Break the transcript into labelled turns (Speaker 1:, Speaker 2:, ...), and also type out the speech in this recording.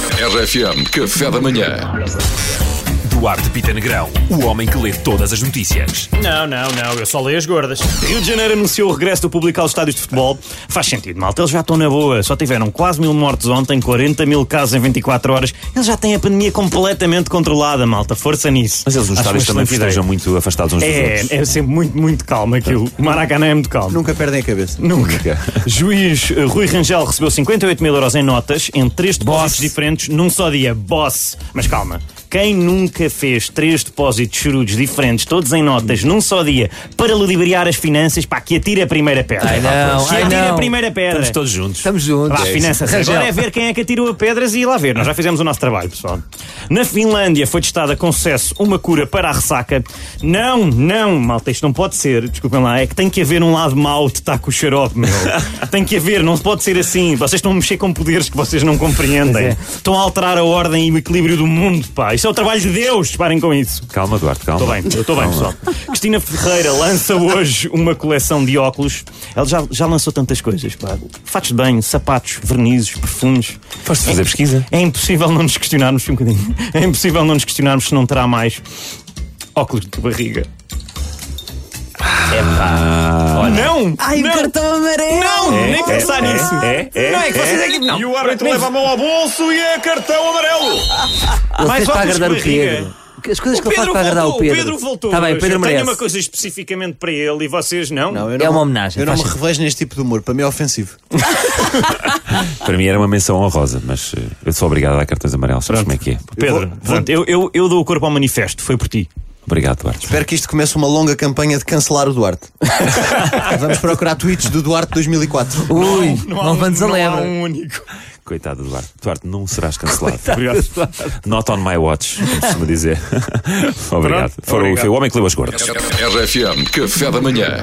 Speaker 1: RFM Café da Manhã.
Speaker 2: Duarte Pita Negrão, o homem que lê todas as notícias.
Speaker 3: Não, não, não, eu só leio as gordas.
Speaker 4: Rio de Janeiro anunciou o regresso do público aos estádios de futebol. Faz sentido, malta. Eles já estão na boa. Só tiveram quase mil mortes ontem, 40 mil casos em 24 horas. Eles já têm a pandemia completamente controlada, malta. Força nisso.
Speaker 2: Mas eles nos
Speaker 4: Acho
Speaker 2: estádios
Speaker 4: uma
Speaker 2: também
Speaker 4: excelente ideia.
Speaker 2: estejam muito afastados uns dos outros.
Speaker 4: É, é sempre muito, muito calmo aquilo. O Maracanã é muito calmo.
Speaker 5: Nunca perdem a cabeça.
Speaker 4: Nunca. Juiz eh, Rui Rangel recebeu 58 mil euros em notas em três depósitos diferentes num só dia. Boss. Mas calma. Quem nunca fez três depósitos churudos diferentes, todos em notas, num só dia, para ludibriar as finanças, pá, que atira a primeira pedra.
Speaker 5: Ai, não,
Speaker 4: que
Speaker 5: ai,
Speaker 4: atira a
Speaker 5: não.
Speaker 4: primeira pedra.
Speaker 2: Estamos todos juntos.
Speaker 5: Estamos juntos.
Speaker 4: Vá, finanças. Agora é ver quem é que atirou a pedras e ir lá ver. Nós já fizemos o nosso trabalho, pessoal. Na Finlândia foi testada com sucesso uma cura para a ressaca. Não, não, malta, isto não pode ser. Desculpem lá, é que tem que haver um lado mau de estar com o xarope, meu. tem que haver, não pode ser assim. Vocês estão a mexer com poderes que vocês não compreendem. Estão a alterar a ordem e o equilíbrio do mundo, pá. Isto é o trabalho de Deus, parem com isso.
Speaker 2: Calma, Duarte, calma.
Speaker 4: Estou bem, eu estou bem, pessoal. Cristina Ferreira lança hoje uma coleção de óculos. Ela já, já lançou tantas coisas, pá. Fatos de banho, sapatos, vernizes, perfumes.
Speaker 2: Foste fazer pesquisa?
Speaker 4: É impossível não nos questionarmos um bocadinho. É impossível não nos questionarmos se não terá mais óculos de barriga.
Speaker 3: Ah.
Speaker 4: É pá. Não!
Speaker 5: Ai,
Speaker 4: não.
Speaker 5: o cartão amarelo!
Speaker 4: Não! nem pensar nisso!
Speaker 2: É, é,
Speaker 4: não é que vocês aqui. Não!
Speaker 3: E o árbitro leva a mão ao bolso e é cartão amarelo.
Speaker 5: Ele
Speaker 4: Mais
Speaker 5: fez para
Speaker 4: óculos de
Speaker 5: agradar o
Speaker 4: barriga.
Speaker 5: Pedro. As coisas que ele faz
Speaker 4: Pedro
Speaker 5: para agradar
Speaker 4: voltou,
Speaker 5: o Pedro.
Speaker 4: voltou.
Speaker 5: Está bem,
Speaker 4: hoje.
Speaker 5: Pedro
Speaker 4: eu
Speaker 5: merece.
Speaker 4: tenho uma coisa especificamente para ele e vocês não.
Speaker 6: Não, eu
Speaker 5: É uma homenagem,
Speaker 6: Eu não
Speaker 5: faz
Speaker 6: me
Speaker 5: sentido.
Speaker 6: revejo neste tipo de humor, para mim é ofensivo.
Speaker 2: Para mim era uma menção honrosa, mas eh, eu sou obrigado a dar cartões amarelos. Sabes como é que é?
Speaker 4: Pedro, pronto, eu, eu, eu dou o corpo ao manifesto, foi por ti.
Speaker 2: Obrigado, Duarte.
Speaker 6: Espero que isto comece uma longa campanha de cancelar o Duarte. Vamos procurar tweets do Duarte 2004.
Speaker 5: Ui, não vamos a
Speaker 4: não há
Speaker 5: lembra.
Speaker 4: um único.
Speaker 2: Coitado, do Duarte. Duarte, não serás cancelado. Not on my watch, como se me dizer. obrigado. Foi, o- foi o homem que leu as gordas.
Speaker 1: RFM Café da Manhã.